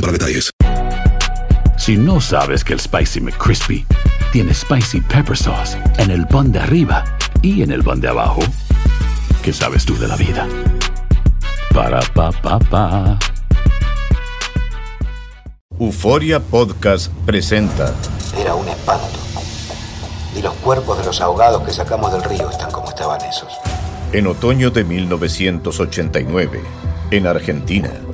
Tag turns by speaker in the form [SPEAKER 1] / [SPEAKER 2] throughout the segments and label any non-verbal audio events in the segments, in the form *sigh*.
[SPEAKER 1] para detalles.
[SPEAKER 2] Si no sabes que el Spicy McCrispy tiene Spicy Pepper Sauce en el pan de arriba y en el pan de abajo, ¿qué sabes tú de la vida? Para, pa, pa, pa.
[SPEAKER 3] Euforia Podcast presenta
[SPEAKER 4] Era un espanto. Y los cuerpos de los ahogados que sacamos del río están como estaban esos.
[SPEAKER 3] En otoño de 1989, en Argentina,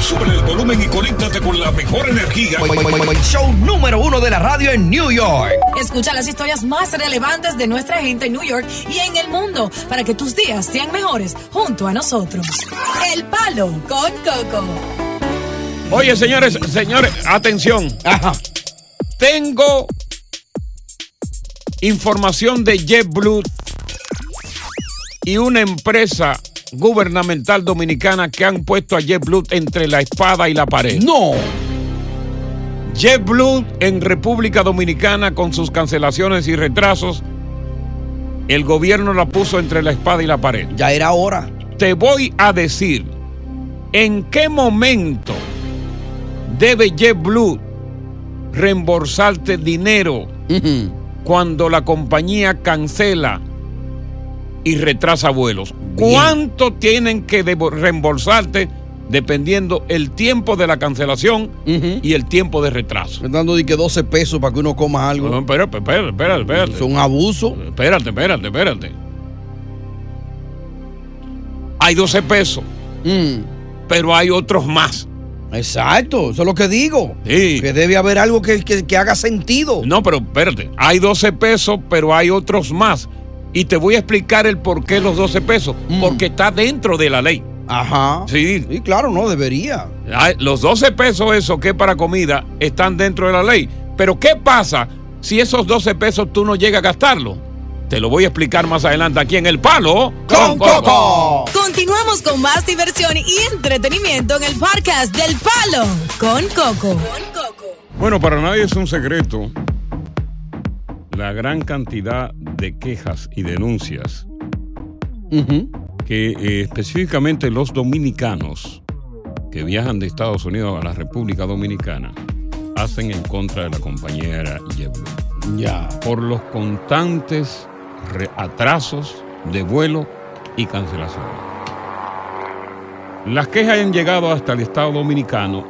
[SPEAKER 5] Sube el volumen y conéctate con la mejor energía.
[SPEAKER 6] Show número uno de la radio en New York.
[SPEAKER 7] Escucha las historias más relevantes de nuestra gente en New York y en el mundo para que tus días sean mejores junto a nosotros. El Palo con Coco.
[SPEAKER 5] Oye, señores, señores, atención. Tengo información de JetBlue y una empresa gubernamental dominicana que han puesto a JetBlue entre la espada y la pared.
[SPEAKER 6] No.
[SPEAKER 5] JetBlue en República Dominicana con sus cancelaciones y retrasos, el gobierno la puso entre la espada y la pared.
[SPEAKER 6] Ya era hora.
[SPEAKER 5] Te voy a decir en qué momento debe JetBlue reembolsarte dinero cuando la compañía cancela y retrasa vuelos.
[SPEAKER 6] Bien.
[SPEAKER 5] ¿Cuánto tienen que devo- reembolsarte dependiendo el tiempo de la cancelación
[SPEAKER 6] Ujú.
[SPEAKER 5] y el tiempo de retraso?
[SPEAKER 6] Están dando di que 12 pesos para que uno coma algo.
[SPEAKER 5] No, espérate, espérate, espérate,
[SPEAKER 6] Es
[SPEAKER 5] espérate.
[SPEAKER 6] un abuso.
[SPEAKER 5] Espérate, espérate, espérate. Hay 12 pesos,
[SPEAKER 6] Mm,
[SPEAKER 5] pero hay otros más.
[SPEAKER 6] Exacto, eso es lo que digo.
[SPEAKER 5] Sí.
[SPEAKER 6] Que debe haber algo que, que- que haga sentido.
[SPEAKER 5] No, pero espérate. Hay 12 pesos, pero hay otros más. Y te voy a explicar el por qué los 12 pesos.
[SPEAKER 6] Mm.
[SPEAKER 5] Porque está dentro de la ley.
[SPEAKER 6] Ajá.
[SPEAKER 5] Sí.
[SPEAKER 6] Sí, claro, no, debería.
[SPEAKER 5] Ay, Los 12 pesos esos que es para comida están dentro de la ley. Pero ¿qué pasa si esos 12 pesos tú no llegas a gastarlo? Te lo voy a explicar más adelante aquí en El Palo.
[SPEAKER 6] ¡Con Coco!
[SPEAKER 7] Continuamos con más diversión y entretenimiento en el podcast del Palo con Coco.
[SPEAKER 5] Bueno, para nadie es un secreto la gran cantidad de quejas y denuncias
[SPEAKER 6] Ujú.
[SPEAKER 5] que eh, específicamente los dominicanos que viajan de Estados Unidos a la República Dominicana hacen en contra de la compañía aérea JetBlue
[SPEAKER 6] Ya.
[SPEAKER 5] por los constantes re- atrasos de vuelo y cancelaciones. Las quejas han llegado hasta el Estado Dominicano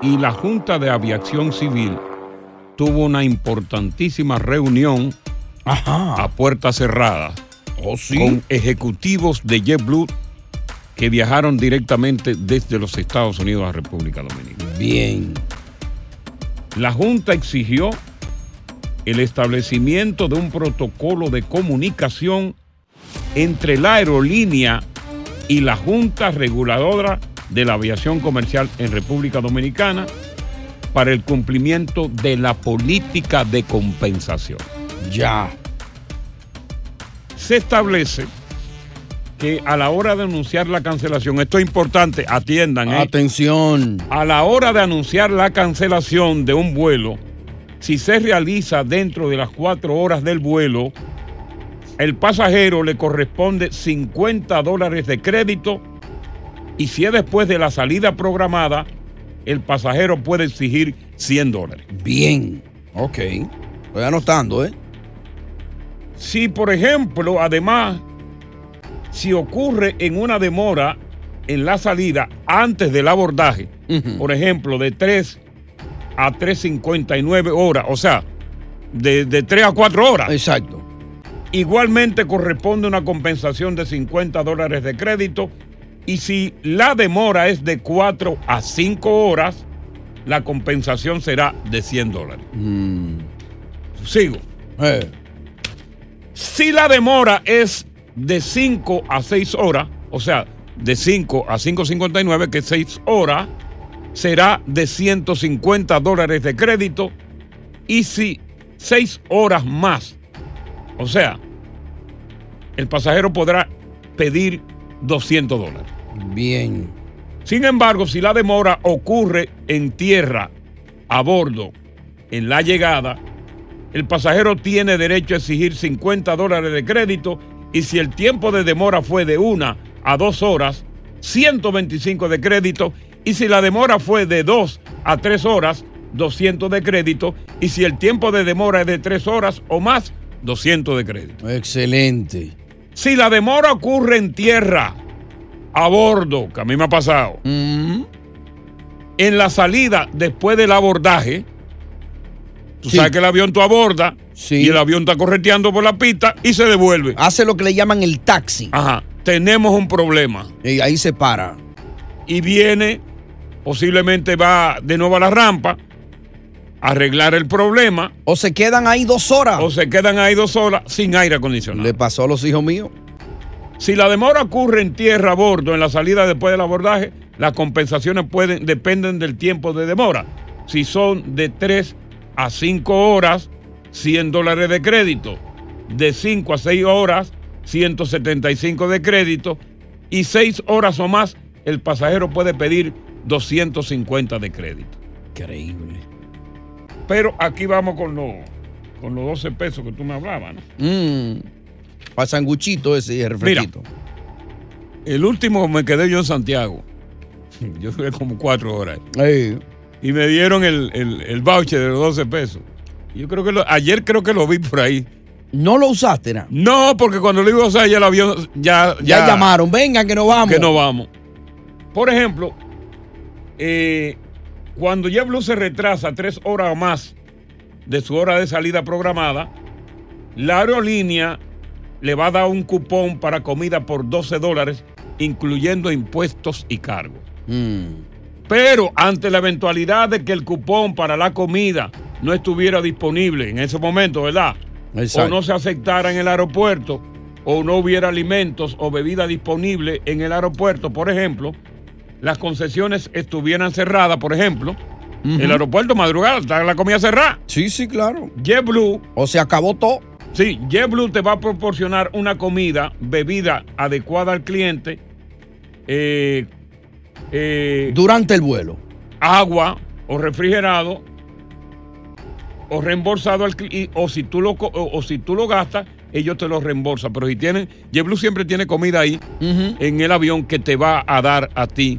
[SPEAKER 5] y la Junta de Aviación Civil tuvo una importantísima reunión
[SPEAKER 6] Ajá.
[SPEAKER 5] a puerta cerrada
[SPEAKER 6] Oh, sí.
[SPEAKER 5] con ejecutivos de JetBlue que viajaron directamente desde los Estados Unidos a la República Dominicana.
[SPEAKER 6] Bien.
[SPEAKER 5] La Junta exigió el establecimiento de un protocolo de comunicación entre la aerolínea y la Junta Reguladora de la Aviación Comercial en República Dominicana para el cumplimiento de la política de compensación.
[SPEAKER 6] Ya.
[SPEAKER 5] se establece que a la hora de anunciar la cancelación, esto es importante, atiendan, ¿eh?
[SPEAKER 6] Atención.
[SPEAKER 5] a la hora de anunciar la cancelación de un vuelo, si se realiza dentro de las cuatro horas del vuelo, El pasajero le corresponde 50 dólares de crédito y si es después de la salida programada, el pasajero puede exigir 100 dólares.
[SPEAKER 8] Bien. Ok. Estoy anotando, ¿eh?
[SPEAKER 5] Si, por ejemplo, además, si ocurre en una demora en la salida antes del abordaje, por ejemplo, de 3 a 3.59 horas, o sea, de, de 3 a 4 horas.
[SPEAKER 8] Exacto.
[SPEAKER 5] Igualmente corresponde una compensación de 50 dólares de crédito y si la demora es de 4 a 5 horas, la compensación será de 100 dólares.
[SPEAKER 9] Mm.
[SPEAKER 5] Sigo. Si la demora es de 5 a 6 horas, o sea, de 5 a 5.59, que es 6 horas, será de 150 dólares de crédito. Y si 6 horas más, o sea, el pasajero podrá pedir 200 dólares.
[SPEAKER 8] Bien.
[SPEAKER 5] Sin embargo, si la demora ocurre en tierra, a bordo, en la llegada, el pasajero tiene derecho a exigir 50 dólares de crédito y si el tiempo de demora fue de una a dos horas, 125 de crédito y si la demora fue de dos a tres horas, 200 de crédito y si el tiempo de demora es de tres horas o más, 200 de crédito.
[SPEAKER 8] Excelente.
[SPEAKER 5] Si la demora ocurre en tierra, a bordo, que a mí me ha pasado, en la salida después del abordaje, tú sabes que el avión tú aborda y el avión está correteando por la pista y se devuelve.
[SPEAKER 8] Hace lo que le llaman el taxi.
[SPEAKER 5] Ajá, tenemos un problema.
[SPEAKER 8] Y ahí se para.
[SPEAKER 5] Y viene, posiblemente va de nuevo a la rampa, a arreglar el problema.
[SPEAKER 8] O se quedan ahí dos horas.
[SPEAKER 5] O se quedan ahí dos horas sin aire acondicionado.
[SPEAKER 8] Le pasó a los hijos míos.
[SPEAKER 5] Si la demora ocurre en tierra a bordo, en la salida después del abordaje, las compensaciones pueden, dependen del tiempo de demora. Si son de 3 a 5 horas, 100 dólares de crédito. De 5 a 6 horas, 175 de crédito. Y 6 horas o más, el pasajero puede pedir 250 de crédito.
[SPEAKER 8] Increíble.
[SPEAKER 5] Pero aquí vamos con, lo- con los 12 pesos que tú me hablabas.
[SPEAKER 6] Ah.
[SPEAKER 5] ¿no?
[SPEAKER 8] Mmm. Para sanguchito ese y el refresquito.
[SPEAKER 5] El último me quedé yo en Santiago. *laughs* Yo duré como cuatro horas. Y me dieron el, el- el voucher de los 12 pesos. Yo creo que lo- ayer creo que lo vi por ahí.
[SPEAKER 8] ¿No lo usaste, na?
[SPEAKER 5] No, porque cuando lo iba a usar ya el avión ya,
[SPEAKER 8] Ya, llamaron, vengan que no vamos.
[SPEAKER 5] que no vamos. Por ejemplo, eh, cuando JetBlue se retrasa tres horas o más de su hora de salida programada, la aerolínea le va a dar un cupón para comida por 12 dólares, incluyendo impuestos y cargos. Mm. Pero ante la eventualidad de que el cupón para la comida no estuviera disponible en ese momento, ¿verdad?
[SPEAKER 8] Exacto.
[SPEAKER 5] O no se aceptara en el aeropuerto, o no hubiera alimentos o bebida disponible en el aeropuerto, por ejemplo, las concesiones estuvieran cerradas, por ejemplo,
[SPEAKER 8] Ujú.
[SPEAKER 5] el aeropuerto madrugada, está la comida cerrada.
[SPEAKER 8] Sí, sí, claro.
[SPEAKER 5] JetBlue
[SPEAKER 8] O se acabó todo.
[SPEAKER 5] Sí, JetBlue te va a proporcionar una comida, bebida adecuada al cliente, eh, eh,
[SPEAKER 8] Durante el vuelo.
[SPEAKER 5] agua o refrigerado o reembolsado al cli- y- o si tú lo co- o, o si tú lo gastas ellos te lo reembolsan pero si tienen JetBlue siempre tiene comida ahí en el avión que te va a dar a ti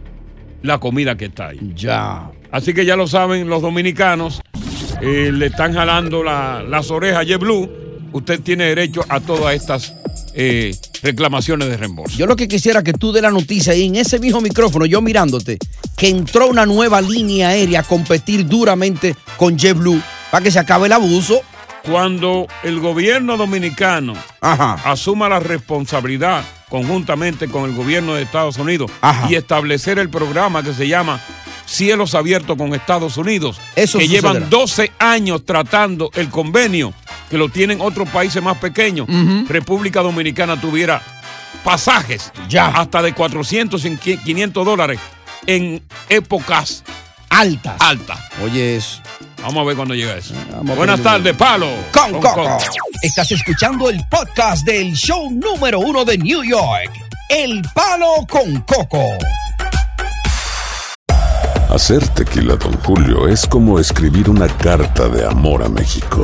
[SPEAKER 5] la comida que está ahí
[SPEAKER 8] Ya.
[SPEAKER 5] así que ya lo saben los dominicanos eh, le están jalando la- las orejas a JetBlue usted tiene derecho a todas estas eh, reclamaciones de reembolso
[SPEAKER 8] Yo lo que quisiera que tú de la noticia y en ese mismo micrófono, yo mirándote, que entró una nueva línea aérea a competir duramente con JetBlue para que se acabe el abuso.
[SPEAKER 5] cuando el gobierno dominicano asuma la responsabilidad conjuntamente con el gobierno de Estados Unidos y establecer el programa que se llama Cielos Abiertos con Estados Unidos,
[SPEAKER 8] Eso
[SPEAKER 5] que
[SPEAKER 8] sucederá.
[SPEAKER 5] llevan 12 años tratando el convenio que lo tienen otros países más pequeños, República Dominicana tuviera pasajes hasta de 400, 500 dólares en épocas
[SPEAKER 8] altas.
[SPEAKER 5] altas.
[SPEAKER 8] Oye, eso.
[SPEAKER 5] Vamos a ver cuando llega eso.
[SPEAKER 8] a
[SPEAKER 5] Buenas
[SPEAKER 8] aprender.
[SPEAKER 5] tardes, Palo.
[SPEAKER 8] Con
[SPEAKER 5] Con
[SPEAKER 8] Coco.
[SPEAKER 5] Coco.
[SPEAKER 6] Estás escuchando el podcast del show número uno de New York, El Palo con Coco.
[SPEAKER 10] Hacer tequila, Don Julio, es como escribir una carta de amor a México.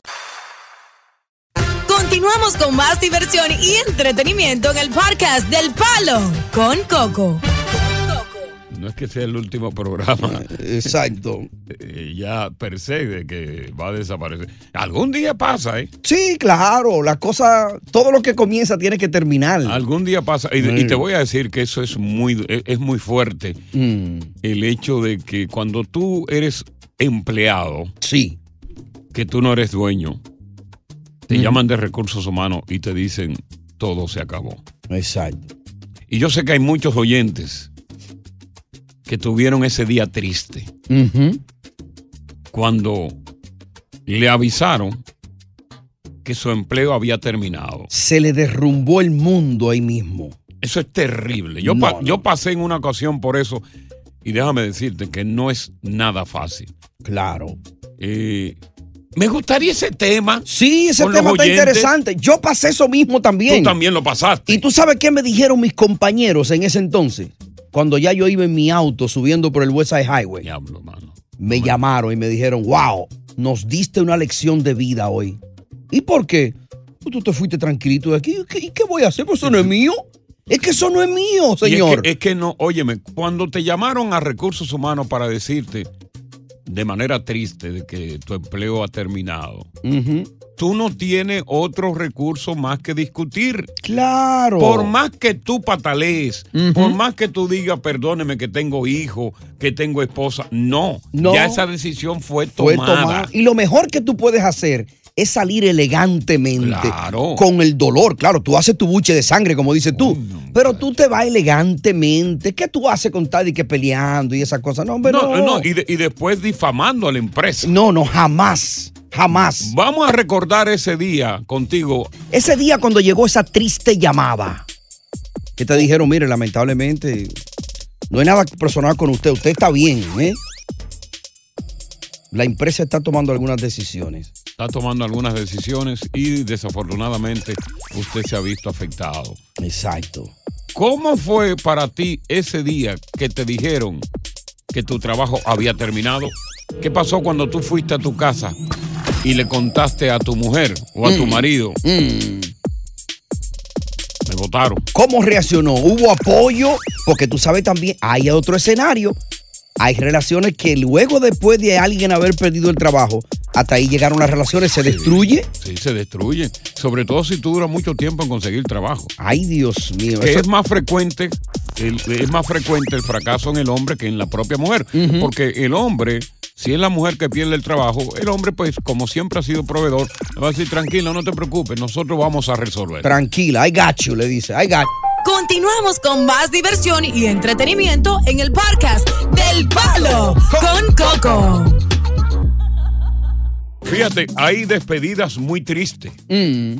[SPEAKER 7] Continuamos con más diversión y entretenimiento en el podcast del Palo con Coco.
[SPEAKER 5] No es que sea el último programa.
[SPEAKER 8] *laughs* Exacto.
[SPEAKER 5] Eh, ya per se de que va a desaparecer. Algún día pasa, ¿eh?
[SPEAKER 8] Sí, claro, la cosa, todo lo que comienza tiene que terminar.
[SPEAKER 5] Algún día pasa. Y, y te voy a decir que eso es muy, e, es es muy fuerte. El hecho de que cuando tú eres empleado.
[SPEAKER 8] Sí.
[SPEAKER 5] Que tú no eres dueño. Te llaman de recursos humanos y te dicen todo se acabó.
[SPEAKER 8] Exacto.
[SPEAKER 5] Y yo sé que hay muchos oyentes que tuvieron ese día triste. cuando le avisaron que su empleo había terminado.
[SPEAKER 8] Se le derrumbó el mundo ahí mismo.
[SPEAKER 5] Eso es terrible. Yo, pa- yo pasé en una ocasión por eso y déjame decirte que no es nada fácil. Eh,
[SPEAKER 8] Claro.
[SPEAKER 5] me gustaría ese tema.
[SPEAKER 8] Sí, ese
[SPEAKER 5] con los
[SPEAKER 8] tema está
[SPEAKER 5] oyentes.
[SPEAKER 8] interesante. Yo pasé eso mismo también.
[SPEAKER 5] Tú también lo pasaste.
[SPEAKER 8] ¿Y tú sabes qué me dijeron mis compañeros en ese entonces? Cuando ya yo iba en mi auto subiendo por el West Side Highway. Me llamaron y me dijeron, wow, nos diste una lección de vida hoy. ¿Y por qué? Pues Tú te fuiste tranquilito de aquí. ¿Y qué, y qué voy a hacer? Pues eso no es mío. Es que eso no es mío,
[SPEAKER 5] Y es que-
[SPEAKER 8] señor.
[SPEAKER 5] Es que, no, óyeme, cuando te llamaron a recursos humanos para decirte de manera triste de que tu empleo ha terminado, tú no tienes otro recurso más que discutir.
[SPEAKER 8] Claro.
[SPEAKER 5] Por más que tú patalees, por más que tú digas, perdóneme que tengo hijo, que tengo esposa, no.
[SPEAKER 8] No.
[SPEAKER 5] Ya esa decisión fue
[SPEAKER 8] Fue
[SPEAKER 5] tomada.
[SPEAKER 8] tomada. Y lo mejor que tú puedes hacer es salir elegantemente con el dolor. Claro, tú haces tu buche de sangre, como dices tú. pero tú te vas elegantemente. ¿Qué tú haces con tal y que peleando y esas cosas? No, hombre,
[SPEAKER 5] No,
[SPEAKER 8] no.
[SPEAKER 5] no, y, de- y después difamando a la empresa.
[SPEAKER 8] No, no, jamás, jamás.
[SPEAKER 5] Vamos a recordar ese día contigo.
[SPEAKER 8] Ese día cuando llegó esa triste llamada, que te dijeron, mire, lamentablemente, no hay nada personal con usted, usted está bien, ¿eh? La empresa está tomando algunas decisiones.
[SPEAKER 5] Está tomando algunas decisiones y desafortunadamente usted se ha visto afectado.
[SPEAKER 8] Exacto.
[SPEAKER 5] ¿Cómo fue para ti ese día que te dijeron que tu trabajo había terminado? ¿Qué pasó cuando tú fuiste a tu casa y le contaste a tu mujer o a tu
[SPEAKER 8] Mm.
[SPEAKER 5] marido?
[SPEAKER 8] Mm.
[SPEAKER 5] Me votaron.
[SPEAKER 8] ¿Cómo reaccionó? ¿Hubo apoyo? Porque tú sabes también, hay otro escenario. Hay relaciones que luego después de alguien haber perdido el trabajo, hasta ahí llegaron las relaciones, se destruye.
[SPEAKER 5] Sí, se destruye. Sobre todo si tú duras mucho tiempo en conseguir trabajo.
[SPEAKER 8] Ay, Dios mío.
[SPEAKER 5] Que
[SPEAKER 8] eso-
[SPEAKER 5] es más frecuente, el- es más frecuente el fracaso en el hombre que en la propia mujer. Porque el hombre, si es la mujer que pierde el trabajo, el hombre, pues, como siempre ha sido proveedor, le va a decir, tranquilo, no te preocupes, nosotros vamos a resolver.
[SPEAKER 8] Tranquila, hay gacho, le dice, hay gacho.
[SPEAKER 7] Continuamos con más diversión y entretenimiento en el podcast del Palo con Coco.
[SPEAKER 5] Fíjate, hay despedidas muy tristes.
[SPEAKER 8] Mm.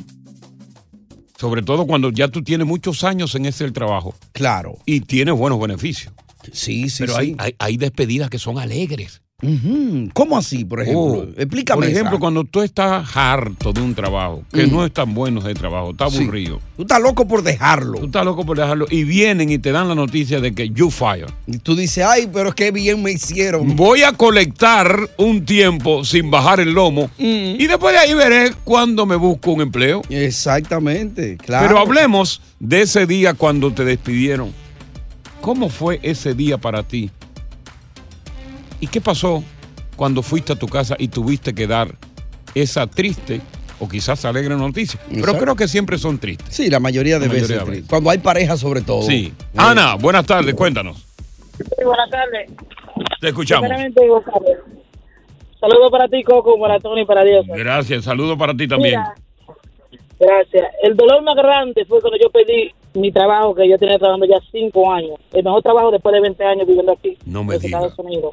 [SPEAKER 5] Sobre todo cuando ya tú tienes muchos años en ese trabajo.
[SPEAKER 8] Claro.
[SPEAKER 5] Y tienes buenos beneficios.
[SPEAKER 8] Sí, sí,
[SPEAKER 5] Pero
[SPEAKER 8] sí.
[SPEAKER 5] hay- hay- hay despedidas que son alegres.
[SPEAKER 8] Ujú, ¿Cómo así, por ejemplo?
[SPEAKER 5] Oh,
[SPEAKER 8] Explícame.
[SPEAKER 5] Por ejemplo,
[SPEAKER 8] esa.
[SPEAKER 5] cuando tú estás harto de un trabajo, que
[SPEAKER 8] Mm.
[SPEAKER 5] no es tan bueno ese trabajo, está
[SPEAKER 8] Sí.
[SPEAKER 5] aburrido.
[SPEAKER 8] Tú estás loco por dejarlo.
[SPEAKER 5] Tú estás loco por dejarlo. Y vienen y te dan la noticia de que you fire.
[SPEAKER 8] Y tú dices, ay, pero qué bien me hicieron.
[SPEAKER 5] Voy a colectar un tiempo sin bajar el lomo.
[SPEAKER 8] Mm.
[SPEAKER 5] Y después de ahí veré cuándo me busco un empleo.
[SPEAKER 8] Exactamente, claro.
[SPEAKER 5] Pero hablemos de ese día cuando te despidieron. ¿Cómo fue ese día para ti? ¿Y qué pasó cuando fuiste a tu casa y tuviste que dar esa triste o quizás alegre noticia? Pero
[SPEAKER 8] Exacto.
[SPEAKER 5] creo que siempre son tristes.
[SPEAKER 8] Sí, la mayoría de
[SPEAKER 5] La mayoría
[SPEAKER 8] veces. Oh.
[SPEAKER 5] de
[SPEAKER 8] Chris.
[SPEAKER 5] veces.
[SPEAKER 8] Cuando hay pareja sobre todo.
[SPEAKER 5] Sí. Ana, buenas tardes, cuéntanos.
[SPEAKER 11] Sí, buenas tardes.
[SPEAKER 5] Te escuchamos.
[SPEAKER 11] Primeramente, buenas tardes. Saludos para ti, Coco, para Tony, para Dios.
[SPEAKER 5] Gracias, saludo para ti también.
[SPEAKER 11] Mira, gracias. El dolor más grande fue cuando yo perdí mi trabajo, que yo tenía trabajando ya cinco años. El mejor trabajo después de 20 años viviendo aquí.
[SPEAKER 5] No me
[SPEAKER 11] en los
[SPEAKER 5] digas.
[SPEAKER 11] Estados Unidos.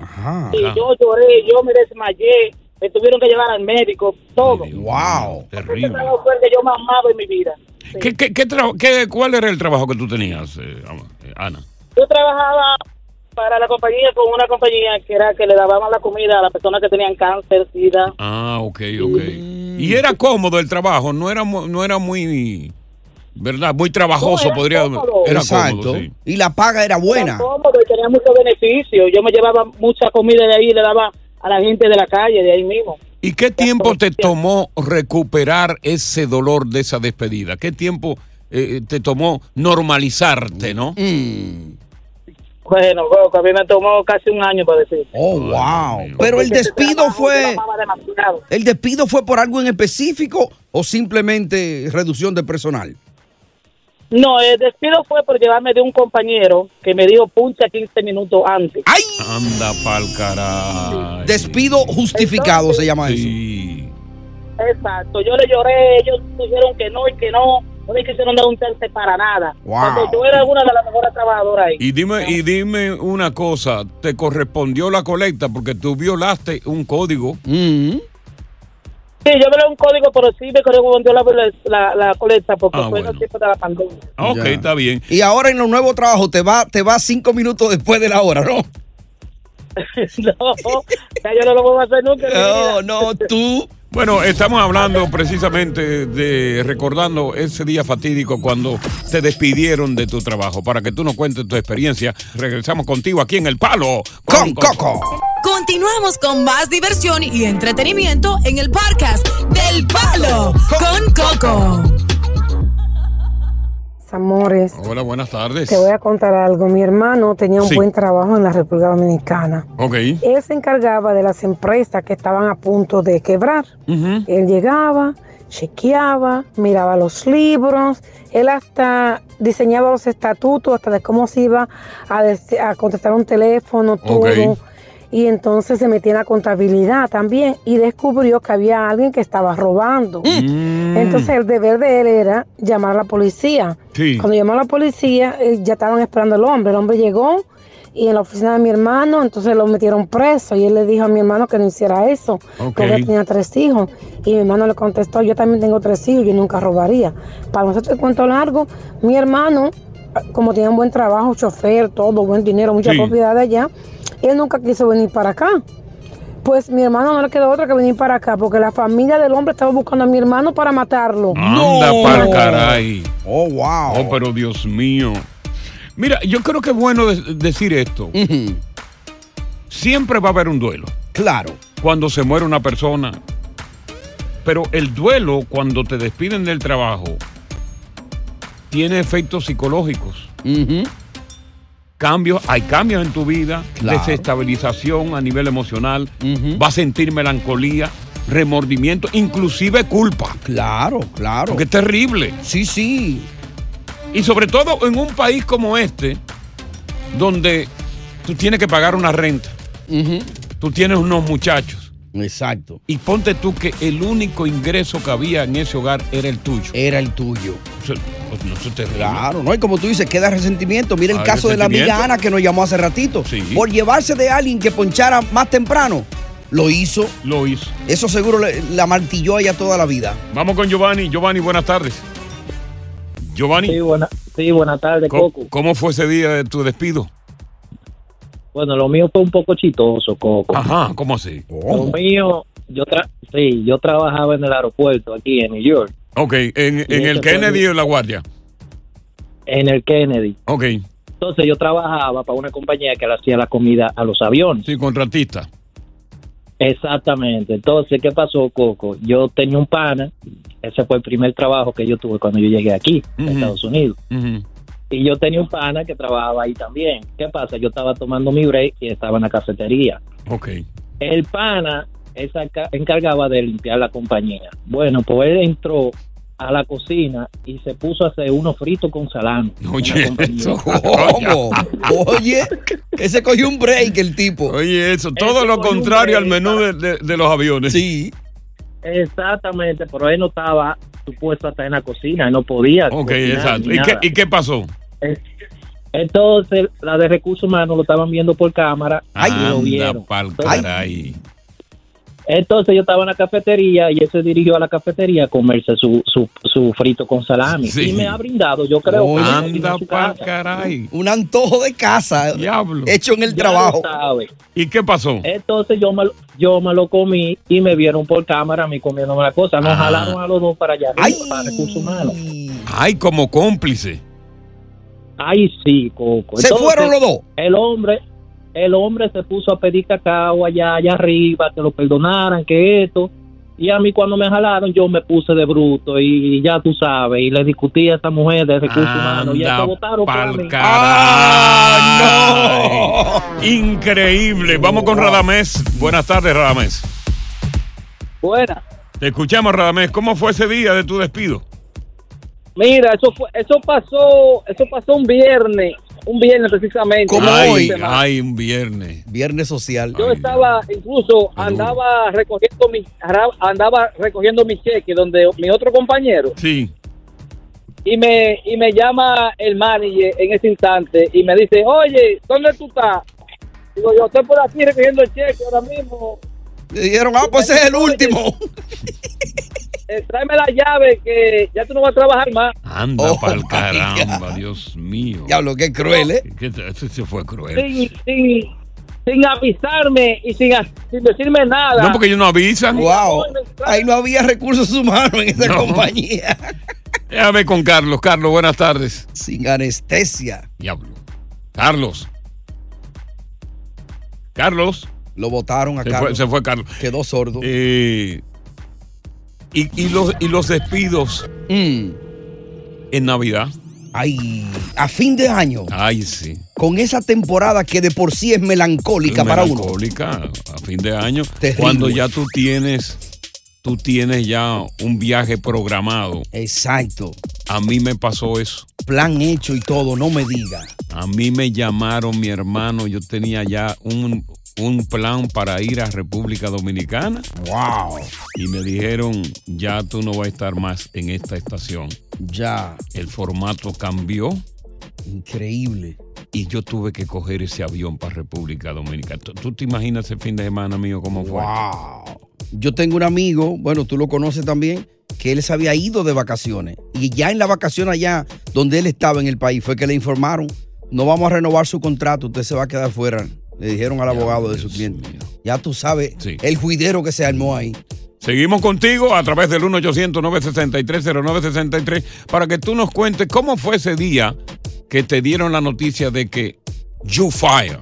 [SPEAKER 8] Ajá.
[SPEAKER 11] Sí, yo lloré, yo me desmayé. Me tuvieron que llevar al médico, todo.
[SPEAKER 8] Wow.
[SPEAKER 11] Ese
[SPEAKER 5] Terrible.
[SPEAKER 11] trabajo fue el que yo más amaba en mi vida.
[SPEAKER 5] ¿Qué, qué- qué tra- qué- ¿Cuál era el trabajo que tú tenías, eh, ama- eh, Ana?
[SPEAKER 11] Yo trabajaba para la compañía con una compañía que era que le daban la comida a las personas que tenían cáncer, sida.
[SPEAKER 5] Ah, ok, ok.
[SPEAKER 11] Mm.
[SPEAKER 5] Y era cómodo el trabajo, no era, mu- no era muy, ¿verdad? Muy trabajoso,
[SPEAKER 11] No, era
[SPEAKER 5] podría
[SPEAKER 11] cómodo.
[SPEAKER 5] Era
[SPEAKER 8] Exacto.
[SPEAKER 5] cómodo, sí.
[SPEAKER 8] Y la paga era buena.
[SPEAKER 11] Era cómodo y tenía muchos beneficios. Yo me llevaba mucha comida de ahí y le daba a la gente de la calle, de ahí mismo.
[SPEAKER 5] ¿Y qué tiempo te tomó recuperar ese dolor de esa despedida? ¿Qué tiempo eh, te tomó normalizarte, no?
[SPEAKER 8] Mm.
[SPEAKER 11] Bueno, bueno, que a mí me tomó casi un año para decir.
[SPEAKER 8] Oh, wow. Pero el despido fue. ¿El despido fue por algo en específico o simplemente reducción de personal?
[SPEAKER 11] No, el despido fue por llevarme de un compañero que me dijo puncha 15 minutos antes.
[SPEAKER 8] ¡Ay!
[SPEAKER 5] Anda pa'l caray.
[SPEAKER 8] Despido justificado se llama
[SPEAKER 11] Exacto, yo le lloré, ellos dijeron que no y que no, no me quisieron dar un terce para nada.
[SPEAKER 5] Wow.
[SPEAKER 11] Cuando yo era una de las mejores trabajadoras ahí.
[SPEAKER 5] Y dime, y dime una cosa, ¿te correspondió la colecta porque tú violaste un código?
[SPEAKER 8] Mm.
[SPEAKER 11] Sí, yo me lo un código, pero sí me correspondió la, la, la colecta porque
[SPEAKER 5] Ah,
[SPEAKER 11] fue en el tiempo de la pandemia.
[SPEAKER 5] Ah, ok, está bien.
[SPEAKER 8] eso. Y ahora en los nuevos trabajos te va, te va cinco minutos después de la hora, ¿no?
[SPEAKER 11] *laughs* no, ya yo no lo puedo hacer nunca.
[SPEAKER 5] *laughs*
[SPEAKER 11] No,
[SPEAKER 8] no, tú.
[SPEAKER 5] Bueno, estamos hablando precisamente de recordando ese día fatídico cuando te despidieron de tu trabajo. Para que tú nos cuentes tu experiencia, regresamos contigo aquí en El Palo con, Coco.
[SPEAKER 7] Continuamos con más diversión y entretenimiento en el podcast del Palo con Coco.
[SPEAKER 9] Amores,
[SPEAKER 5] Hola, buenas tardes.
[SPEAKER 9] te voy a contar algo. Mi hermano tenía un
[SPEAKER 5] Sí.
[SPEAKER 9] buen trabajo en la República Dominicana.
[SPEAKER 5] Ok.
[SPEAKER 9] Él se encargaba de las empresas que estaban a punto de quebrar. Él llegaba, chequeaba, miraba los libros, él hasta diseñaba los estatutos, hasta de cómo se iba a, des- a contestar un teléfono, todo.
[SPEAKER 12] Ok.
[SPEAKER 9] Y entonces se metía en la contabilidad también y descubrió que había alguien que estaba robando.
[SPEAKER 12] Mm.
[SPEAKER 9] Entonces el deber de él era llamar a la policía.
[SPEAKER 12] Sí.
[SPEAKER 9] Cuando llamó a la policía, eh, ya estaban esperando al hombre. El hombre llegó y en la oficina de mi hermano, entonces lo metieron preso. Y él le dijo a mi hermano que no hiciera eso,
[SPEAKER 12] Ok.
[SPEAKER 9] que él tenía tres hijos. Y mi hermano le contestó, yo también tengo tres hijos, yo nunca robaría. Para nosotros, el cuento largo, mi hermano, como tenía un buen trabajo, chofer, todo, buen dinero, mucha
[SPEAKER 12] Sí.
[SPEAKER 9] propiedad allá, él nunca quiso venir para acá. Pues mi hermano no le quedó otra que venir para acá, porque la familia del hombre estaba buscando a mi hermano para matarlo.
[SPEAKER 5] Anda pa'l caray.
[SPEAKER 8] Oh, wow.
[SPEAKER 5] Oh, pero Dios mío. Mira, yo creo que es bueno de- decir esto. Siempre va a haber un duelo.
[SPEAKER 8] Claro.
[SPEAKER 5] Cuando se muere una persona. Pero el duelo, cuando te despiden del trabajo, tiene efectos psicológicos. Cambios, hay cambios en tu vida,
[SPEAKER 13] Claro.
[SPEAKER 5] desestabilización a nivel emocional, va a sentir melancolía, remordimiento, inclusive culpa.
[SPEAKER 8] Claro, claro.
[SPEAKER 5] Porque es terrible.
[SPEAKER 8] Sí, sí.
[SPEAKER 5] Y sobre todo en un país como este, donde tú tienes que pagar una renta, tú tienes unos muchachos.
[SPEAKER 8] Exacto.
[SPEAKER 5] Y ponte tú que el único ingreso que había en ese hogar era el tuyo.
[SPEAKER 8] Era el tuyo.
[SPEAKER 5] no se te
[SPEAKER 8] Claro, ¿no? Y como tú dices, queda resentimiento. Mira el
[SPEAKER 5] Ah,
[SPEAKER 8] caso de la amiga
[SPEAKER 5] resentimiento.
[SPEAKER 8] Ana que nos llamó hace ratito. Por llevarse de alguien que ponchara más temprano, lo hizo.
[SPEAKER 5] Lo hizo.
[SPEAKER 8] Eso seguro le- la martilló a ella toda la vida.
[SPEAKER 5] Vamos con Giovanni. Giovanni, buenas tardes. Giovanni.
[SPEAKER 14] Sí, buenas tardes,
[SPEAKER 5] ¿Cómo,
[SPEAKER 14] Coco.
[SPEAKER 5] ¿Cómo fue ese día de tu despido?
[SPEAKER 14] Bueno, lo mío fue un poco chistoso, Coco.
[SPEAKER 5] Ajá, ¿cómo así?
[SPEAKER 8] Oh.
[SPEAKER 14] Lo mío, yo, tra- sí, yo trabajaba en el aeropuerto aquí en New York,
[SPEAKER 5] Ok, en, en el
[SPEAKER 14] eso fue
[SPEAKER 5] Kennedy
[SPEAKER 14] mi-
[SPEAKER 5] o en la Guardia.
[SPEAKER 14] en el Kennedy.
[SPEAKER 5] Ok.
[SPEAKER 14] Entonces yo trabajaba para una compañía que le hacía la comida a los aviones.
[SPEAKER 5] Sí, contratista.
[SPEAKER 14] Exactamente. Entonces, ¿qué pasó, Coco? Yo tenía un pana, ese fue el primer trabajo que yo tuve cuando yo llegué aquí, a Estados Unidos. Y yo tenía un pana que trabajaba ahí también. ¿Qué pasa? Yo estaba tomando mi break y estaba en la cafetería.
[SPEAKER 5] Ok.
[SPEAKER 14] El pana él se enca- encargaba de limpiar la compañía. Bueno, pues él entró a la cocina y se puso a hacer unos fritos con salami.
[SPEAKER 5] Oye, eso. *laughs*
[SPEAKER 8] ¿Cómo? Oye, ese cogió un break el tipo.
[SPEAKER 5] Oye, eso, todo
[SPEAKER 14] Ese
[SPEAKER 5] lo
[SPEAKER 14] cogió un
[SPEAKER 5] contrario al
[SPEAKER 14] break
[SPEAKER 5] menú de, de- de los aviones.
[SPEAKER 8] Sí.
[SPEAKER 14] Exactamente, pero él no estaba supuesto a estar en la cocina, él no podía.
[SPEAKER 5] Ok,
[SPEAKER 14] cocinar ni
[SPEAKER 5] exacto. ¿Y
[SPEAKER 14] nada.
[SPEAKER 5] qué, y qué pasó?
[SPEAKER 14] Entonces, la de recursos humanos lo estaban viendo por cámara y lo
[SPEAKER 5] Anda
[SPEAKER 14] vieron.
[SPEAKER 5] pa'l
[SPEAKER 14] Entonces-
[SPEAKER 5] caray.
[SPEAKER 14] Entonces, yo estaba en la cafetería y él se dirigió a la cafetería a comerse su, su, su frito con salami.
[SPEAKER 5] Sí.
[SPEAKER 14] Y me ha brindado, yo creo. que lo hizo en
[SPEAKER 5] Anda
[SPEAKER 14] su
[SPEAKER 5] pa'l
[SPEAKER 14] casa.
[SPEAKER 5] caray.
[SPEAKER 8] Un antojo de casa hecho en el
[SPEAKER 14] Ya
[SPEAKER 8] trabajo.
[SPEAKER 14] lo sabe.
[SPEAKER 5] ¿Y qué pasó?
[SPEAKER 14] Entonces yo me, lo- yo me lo comí y me vieron por cámara a mí comiéndome la cosa. Nos
[SPEAKER 5] Ah.
[SPEAKER 14] jalaron a los dos para allá, arriba, para recursos humanos.
[SPEAKER 5] Ay, como cómplice.
[SPEAKER 14] Ay, sí, Coco.
[SPEAKER 5] ¿Se fueron los dos?
[SPEAKER 14] El hombre, el hombre se puso a pedir cacao allá, allá arriba, que lo perdonaran, que esto. Y a mí cuando me jalaron, yo me puse de bruto y ya tú sabes, y le discutí a esa mujer de recursos humanos. Y hasta
[SPEAKER 5] Anda
[SPEAKER 14] votaron por
[SPEAKER 5] pa'l
[SPEAKER 14] mí.
[SPEAKER 5] caray. Increíble. Vamos con Radamés. Buenas tardes, Radamés.
[SPEAKER 12] Buenas.
[SPEAKER 5] Te escuchamos, Radamés. ¿Cómo fue ese día de tu despido?
[SPEAKER 12] Mira, eso fue, eso pasó, eso pasó un viernes, un viernes precisamente.
[SPEAKER 5] ay,
[SPEAKER 12] Una semana.
[SPEAKER 5] ay, un viernes. Ah.
[SPEAKER 8] Viernes social.
[SPEAKER 12] Yo estaba, incluso andaba recogiendo mi, ara- andaba recogiendo mi cheque donde mi otro compañero
[SPEAKER 5] Sí.
[SPEAKER 12] y me y me llama el manager en ese instante y me dice, oye, ¿dónde tú estás? Digo, yo estoy por aquí recogiendo el cheque ahora mismo.
[SPEAKER 8] Le dijeron, ah, pues ese es el último.
[SPEAKER 12] *laughs* Eh, tráeme la llave que ya tú no vas a trabajar más.
[SPEAKER 5] Anda *laughs* pa'l caramba, Dios mío.
[SPEAKER 8] Diablo, qué cruel, ¿eh?
[SPEAKER 5] Que- que- Eso sí fue cruel.
[SPEAKER 12] sin, sin, sin avisarme y sin, sin decirme nada.
[SPEAKER 5] No, porque ellos no avisan.
[SPEAKER 8] Wow. Ahí no había recursos humanos en esa compañía.
[SPEAKER 5] *laughs* Déjame ver con Carlos. Carlos, buenas tardes.
[SPEAKER 8] Sin anestesia.
[SPEAKER 5] Diablo. Carlos. Carlos.
[SPEAKER 8] Lo votaron a
[SPEAKER 5] se
[SPEAKER 8] Carlos.
[SPEAKER 5] Fue, se fue Carlos. Eh,
[SPEAKER 8] Quedó sordo.
[SPEAKER 5] y, y los, y los despidos en Navidad.
[SPEAKER 8] Mm. Ay, a fin de año,
[SPEAKER 5] Ay, sí.
[SPEAKER 8] con esa temporada que de por sí es melancólica para uno.
[SPEAKER 5] Melancólica, a fin de año.
[SPEAKER 8] Terrible.
[SPEAKER 5] Cuando ya tú tienes, tú tienes ya un viaje programado.
[SPEAKER 8] Exacto.
[SPEAKER 5] A mí me pasó eso.
[SPEAKER 8] Plan hecho y todo, no me diga.
[SPEAKER 5] A mí me llamaron mi hermano, yo tenía ya un, un plan para ir a República Dominicana.
[SPEAKER 8] ¡Wow!
[SPEAKER 5] Y me dijeron, ya tú no vas a estar más en esta estación.
[SPEAKER 8] Ya.
[SPEAKER 5] El formato cambió
[SPEAKER 8] Increíble.
[SPEAKER 5] y yo tuve que coger ese avión para República Dominicana. ¿Tú, tú te imaginas el fin de semana mío cómo fue?
[SPEAKER 8] ¡Wow! Yo tengo un amigo, bueno, tú lo conoces también, que él se había ido de vacaciones. Y ya en la vacación allá, donde él estaba en el país, fue que le informaron, no vamos a renovar su contrato, usted se va a quedar fuera. Le dijeron al abogado de su cliente. Ya tú sabes, el juidero que se armó ahí.
[SPEAKER 5] Seguimos contigo a través del 1 800 963 0963 para que tú nos cuentes cómo fue ese día que te dieron la noticia de que you fire.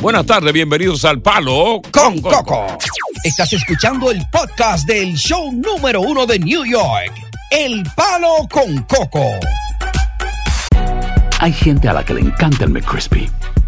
[SPEAKER 5] Buenas tardes, bienvenidos al Palo con Coco.
[SPEAKER 6] Estás escuchando el podcast del show número uno de New York, El Palo con Coco.
[SPEAKER 2] Hay gente a la que le encanta el McCrispy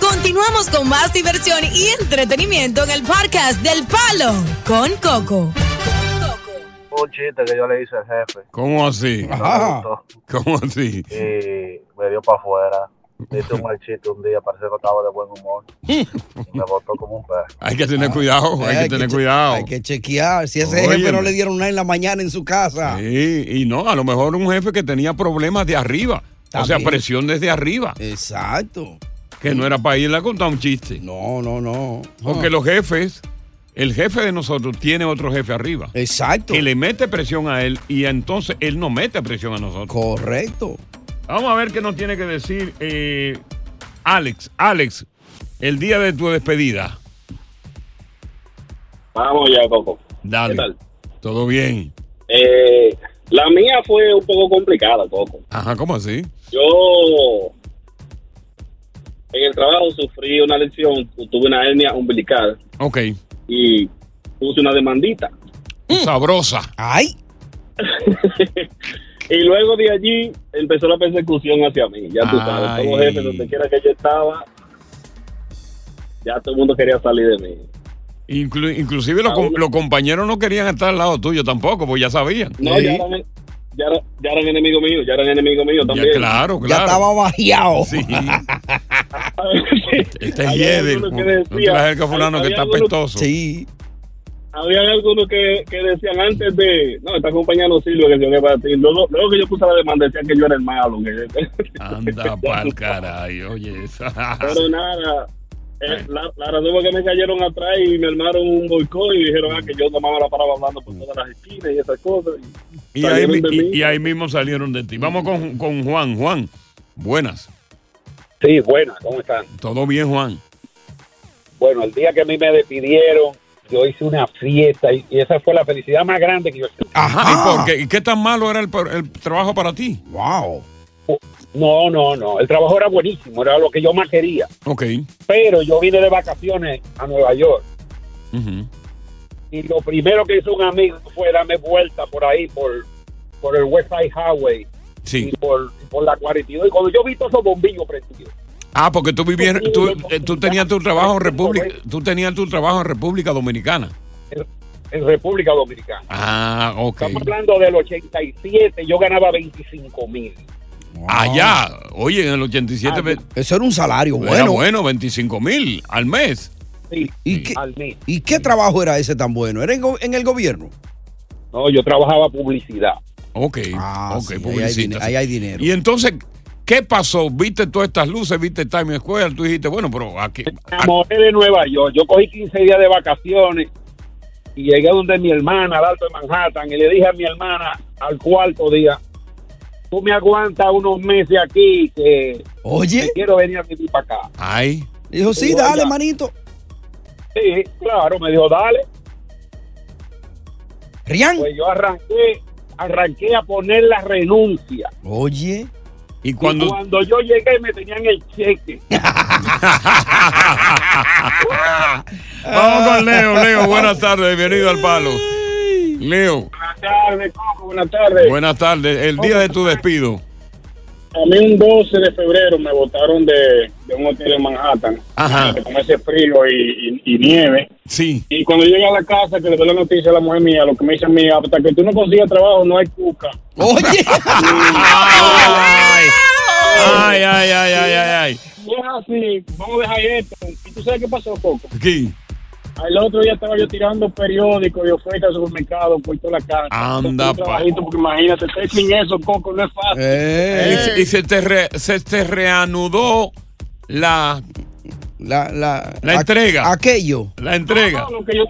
[SPEAKER 7] Continuamos con más diversión y entretenimiento en el podcast del Palo con Coco.
[SPEAKER 13] un chiste que yo le hice al jefe.
[SPEAKER 5] ¿Cómo así?
[SPEAKER 13] No me gustó.
[SPEAKER 5] ¿Cómo así?
[SPEAKER 13] Eh. Y me dio para afuera. Hice un mal chiste un día, parecía que estaba de buen humor. Y me botó como un perro.
[SPEAKER 5] Hay que tener cuidado, hay que tener
[SPEAKER 8] che-
[SPEAKER 5] cuidado.
[SPEAKER 8] Hay que chequear. Si ese jefe
[SPEAKER 5] Óyeme.
[SPEAKER 8] no le dieron nada en la mañana en su casa.
[SPEAKER 5] Sí, y no, a lo mejor un jefe que tenía problemas de arriba. O sea, presión desde arriba.
[SPEAKER 8] Exacto.
[SPEAKER 5] Que no era para irle a contar un chiste.
[SPEAKER 8] No, no, no.
[SPEAKER 5] Porque
[SPEAKER 8] Ah.
[SPEAKER 5] los jefes, el jefe de nosotros tiene otro jefe arriba.
[SPEAKER 8] Exacto.
[SPEAKER 5] Que le mete presión a él y entonces él no mete presión a nosotros.
[SPEAKER 8] Correcto.
[SPEAKER 5] Vamos a ver qué nos tiene que decir eh, Alex. Alex, el día de tu despedida.
[SPEAKER 15] Vamos ya, Coco.
[SPEAKER 5] Dale.
[SPEAKER 15] ¿Qué tal?
[SPEAKER 5] ¿Todo bien?
[SPEAKER 15] Eh, la mía fue un poco complicada, Coco.
[SPEAKER 5] Ajá, ¿cómo así?
[SPEAKER 15] Yo en el trabajo sufrí una lesión, tuve una hernia umbilical
[SPEAKER 5] Ok.
[SPEAKER 15] y puse una demandita.
[SPEAKER 5] Sabrosa.
[SPEAKER 8] ¡Ay!
[SPEAKER 15] Y luego de allí empezó la persecución hacia mí. Ya tú sabes, como
[SPEAKER 5] Ay.
[SPEAKER 15] jefe, donde quiera que yo estaba, ya todo el mundo quería salir de mí.
[SPEAKER 5] Inclu- inclusive los, com- los compañeros no querían estar al lado tuyo tampoco, pues ya sabían.
[SPEAKER 15] No, ya, eran, ya, era- ya eran enemigos míos, ya eran enemigos míos
[SPEAKER 5] Ya,
[SPEAKER 15] también.
[SPEAKER 5] claro, claro.
[SPEAKER 8] bajeado.
[SPEAKER 5] Sí. Este es Yedel.
[SPEAKER 15] algunos
[SPEAKER 5] No
[SPEAKER 15] que
[SPEAKER 5] te
[SPEAKER 15] decían,
[SPEAKER 5] la acerques a fulano que
[SPEAKER 15] había
[SPEAKER 5] está
[SPEAKER 15] algunos-
[SPEAKER 5] pestoso.
[SPEAKER 8] Sí.
[SPEAKER 15] Habían algunos que, que decían antes de, no, esta compañía no sirve, que se que para ti. Luego, luego que yo puse la demanda, decían que yo era el malo. que- *laughs*
[SPEAKER 5] Anda pa'l caray, oye. esa-
[SPEAKER 15] Pero nada, eh, la, la razón fue que me cayeron atrás y me armaron un boicot y dijeron ah, que yo nomás la paraba hablando por todas las esquinas y esas cosas.
[SPEAKER 5] Y ahí,
[SPEAKER 15] Salieron
[SPEAKER 5] mi-
[SPEAKER 15] de mí.
[SPEAKER 5] y, y ahí mismo salieron de ti. Vamos con, con Juan. Juan, buenas.
[SPEAKER 16] Sí, buenas, ¿cómo están?
[SPEAKER 5] Todo bien, Juan.
[SPEAKER 16] Bueno, el día que a mí me despidieron, yo hice una fiesta y, y esa fue la felicidad más grande que yo
[SPEAKER 5] Ajá. ¿Y, por qué, ¿Y qué tan malo era el, per- el trabajo para ti?
[SPEAKER 8] Wow.
[SPEAKER 16] Uh, No, no, no. El trabajo era buenísimo, era lo que yo más quería.
[SPEAKER 5] Ok.
[SPEAKER 16] Pero yo vine de vacaciones a Nueva York y lo primero que hizo un amigo fue darme vuelta por ahí, por, por el West Side Highway
[SPEAKER 5] Sí.
[SPEAKER 16] y por, y por la 42. Y cuando yo vi todos esos bombillos prendidos,
[SPEAKER 5] Ah, porque tú vivías, tú, eh, tú tenías tu trabajo en República,
[SPEAKER 15] eh.
[SPEAKER 5] tú tenías tu trabajo en República Dominicana.
[SPEAKER 16] en República Dominicana.
[SPEAKER 5] Ah, ok.
[SPEAKER 16] Estamos hablando del 87, yo ganaba 25 mil.
[SPEAKER 5] Allá, Ah, oye, en el
[SPEAKER 16] Ah,
[SPEAKER 5] 87. ve-
[SPEAKER 8] Eso era un salario
[SPEAKER 5] era
[SPEAKER 8] bueno.
[SPEAKER 5] bueno, 25 mil al mes.
[SPEAKER 8] ¿Y, qué, ¿Y qué trabajo era ese tan bueno? ¿Era en, go- en el gobierno?
[SPEAKER 16] No, yo trabajaba publicidad.
[SPEAKER 5] Ok,
[SPEAKER 8] Ah,
[SPEAKER 5] ok,
[SPEAKER 8] sí, ahí hay
[SPEAKER 5] publicista,
[SPEAKER 8] dine-
[SPEAKER 5] sí.
[SPEAKER 8] ahí hay dinero.
[SPEAKER 5] Y entonces, ¿qué pasó? ¿Viste todas estas luces? ¿Viste Times Square? Tú dijiste, bueno, pero aquí.
[SPEAKER 16] Me enamoré de Nueva York. Yo cogí 15 días de vacaciones y llegué donde mi hermana, al alto de Manhattan, y le dije a mi hermana al cuarto día, tú me aguantas unos meses aquí que
[SPEAKER 8] Oye.
[SPEAKER 16] que quiero venir a vivir para acá.
[SPEAKER 5] Ay.
[SPEAKER 8] Dijo, sí,
[SPEAKER 16] Digo,
[SPEAKER 8] dale,
[SPEAKER 16] ya.
[SPEAKER 8] manito.
[SPEAKER 16] Sí, claro, me dijo, dale.
[SPEAKER 8] Rian.
[SPEAKER 16] Pues yo arranqué, arranqué a poner la renuncia.
[SPEAKER 8] Oye.
[SPEAKER 5] Y
[SPEAKER 16] Cuando,
[SPEAKER 5] cuando.
[SPEAKER 16] cuando yo llegué me tenían el cheque.
[SPEAKER 5] *laughs* Vamos con Leo, Leo, buenas tardes, bienvenido al palo. Leo,
[SPEAKER 16] Buenas tardes, Coco, buenas tardes.
[SPEAKER 5] buenas tardes. El día de tu despido.
[SPEAKER 16] A mí un 12 de febrero me botaron de, de un hotel en Manhattan.
[SPEAKER 5] Ajá.
[SPEAKER 16] Con ese frío y, y- y nieve.
[SPEAKER 5] Sí.
[SPEAKER 16] Y cuando llegué a la casa, que le doy la noticia a la mujer mía, lo que me dice a mí, "Ah, hasta que tú no consigas trabajo, no hay cuca. *laughs*
[SPEAKER 8] Oye.
[SPEAKER 5] ay, ay, ay, ay, ay, ay,
[SPEAKER 16] Y es así, vamos a dejar esto. ¿Y tú sabes qué pasó, Coco?
[SPEAKER 5] ay. ¿Qué?
[SPEAKER 16] Al otro día estaba yo tirando periódicos y ofertas al supermercado por toda la casa.
[SPEAKER 5] Anda,
[SPEAKER 16] Un
[SPEAKER 5] pa.
[SPEAKER 16] trabajito, porque imagínate, estar sin eso, Coco, no es fácil.
[SPEAKER 5] Y se- Eh. Y, se, te re- se te reanudó la,
[SPEAKER 8] la, la,
[SPEAKER 5] entrega.
[SPEAKER 8] Aquello.
[SPEAKER 5] La entrega.
[SPEAKER 16] No, Ah, lo que yo-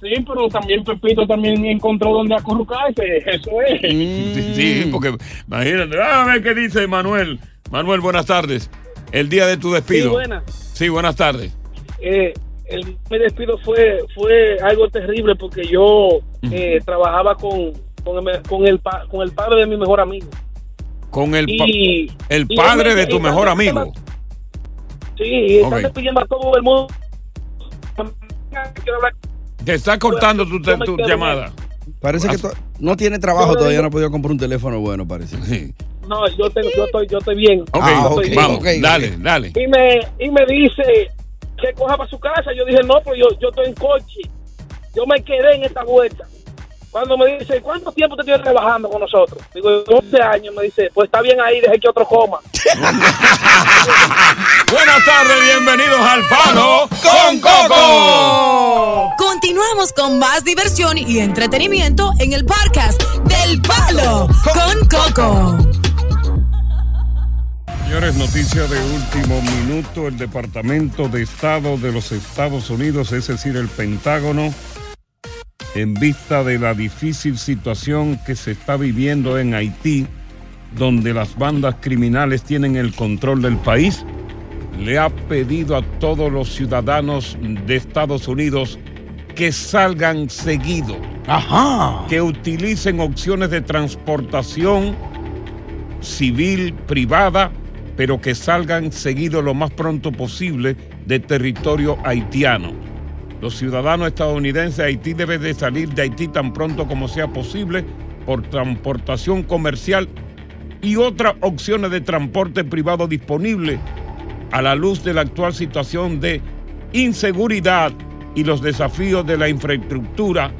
[SPEAKER 16] sí, pero también Pepito también encontró donde acurrucarse, eso es.
[SPEAKER 5] Sí, sí, porque imagínate. A ver qué dice Manuel. Manuel, buenas tardes. El día de tu despido.
[SPEAKER 17] Sí, buenas.
[SPEAKER 5] Sí, buenas tardes.
[SPEAKER 17] Eh, el, mi despido fue fue algo terrible porque yo eh, trabajaba con con el, con el pa- con el padre de mi mejor amigo.
[SPEAKER 5] Con el, pa-
[SPEAKER 17] Y-
[SPEAKER 5] el
[SPEAKER 17] y
[SPEAKER 5] padre
[SPEAKER 17] él me-
[SPEAKER 5] de tu
[SPEAKER 17] él me-
[SPEAKER 5] mejor amigo.
[SPEAKER 17] Sí, y
[SPEAKER 5] Ok.
[SPEAKER 17] están despidiendo a todo el mundo. Quiero hablar
[SPEAKER 5] Te está cortando tu,
[SPEAKER 17] Yo me
[SPEAKER 5] tu
[SPEAKER 17] quedo
[SPEAKER 5] llamada.
[SPEAKER 8] Parece que to- no tiene trabajo todavía, no ha podido comprar un teléfono bueno, parece.
[SPEAKER 17] No, yo, tengo, yo, estoy, yo estoy bien.
[SPEAKER 5] Ok,
[SPEAKER 8] Ah,
[SPEAKER 17] Yo estoy
[SPEAKER 8] ok,
[SPEAKER 17] bien.
[SPEAKER 8] vamos,
[SPEAKER 5] dale, dale.
[SPEAKER 17] Y me, y me dice que coja para su casa. Yo dije, no, pero yo, yo estoy en coche. Yo me quedé en esta vuelta. Cuando me dice, ¿cuánto tiempo te tienes trabajando con nosotros? Digo, 11 años. Me dice, pues está bien ahí, deje que otro coma.
[SPEAKER 5] Buenas tardes, bienvenidos al Palo con Coco.
[SPEAKER 7] Continuamos con más diversión y entretenimiento en el podcast del Palo con Coco.
[SPEAKER 5] Señores, noticia de último minuto. El Departamento de Estado de los Estados Unidos, es decir, el Pentágono, en vista de la difícil situación que se está viviendo en Haití, donde las bandas criminales tienen el control del país, le ha pedido a todos los ciudadanos de Estados Unidos que salgan seguido. Ajá. Que utilicen opciones de transportación civil, privada, pero que salgan seguido lo más pronto posible de territorio haitiano. Los ciudadanos estadounidenses de Haití deben de salir de Haití tan pronto como sea posible por transportación comercial y otras opciones de transporte privado disponible a la luz de la actual situación de inseguridad y los desafíos de la infraestructura,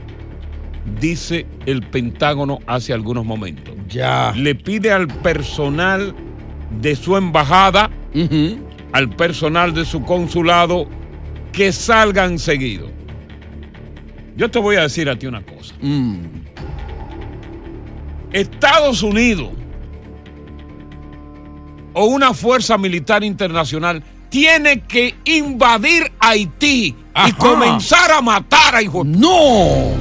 [SPEAKER 5] dice el Pentágono hace algunos momentos.
[SPEAKER 8] Ya.
[SPEAKER 5] Le pide al personal de su embajada, al personal de su consulado, que salgan seguido. Yo te voy a decir a ti una cosa.
[SPEAKER 8] Mm.
[SPEAKER 5] Estados Unidos o una fuerza militar internacional tiene que invadir Haití y comenzar a matar a hijos.
[SPEAKER 8] ¡No!
[SPEAKER 5] Ah,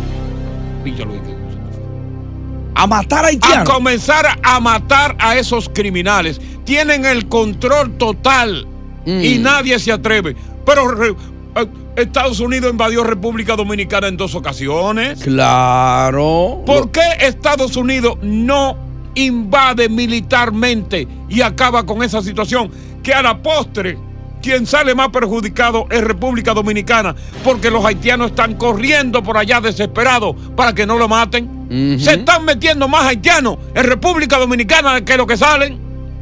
[SPEAKER 8] A matar a haitianos.
[SPEAKER 5] A comenzar a matar a esos criminales. Tienen el control total
[SPEAKER 8] Mm.
[SPEAKER 5] y nadie se atreve. Pero re- eh, Estados Unidos invadió República Dominicana en dos ocasiones.
[SPEAKER 8] Claro.
[SPEAKER 5] ¿Por qué Estados Unidos no invade militarmente y acaba con esa situación? Que a la postre, quien sale más perjudicado es República Dominicana, porque los haitianos están corriendo por allá desesperados para que no lo maten. Se están metiendo más haitianos en República Dominicana que los que salen.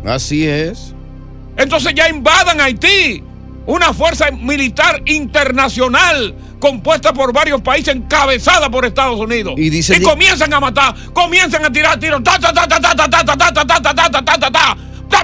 [SPEAKER 8] Así es.
[SPEAKER 5] Entonces ya invadan Haití. Una fuerza militar internacional compuesta por varios países, encabezada por Estados Unidos. Y,
[SPEAKER 8] dice-
[SPEAKER 5] comienzan a matar, comienzan a tirar tiros. Ta, ta, ta, ta, ta, ta, ta, ta, ta, ta, ta, ta, ta, ta, ta, ta. Ta,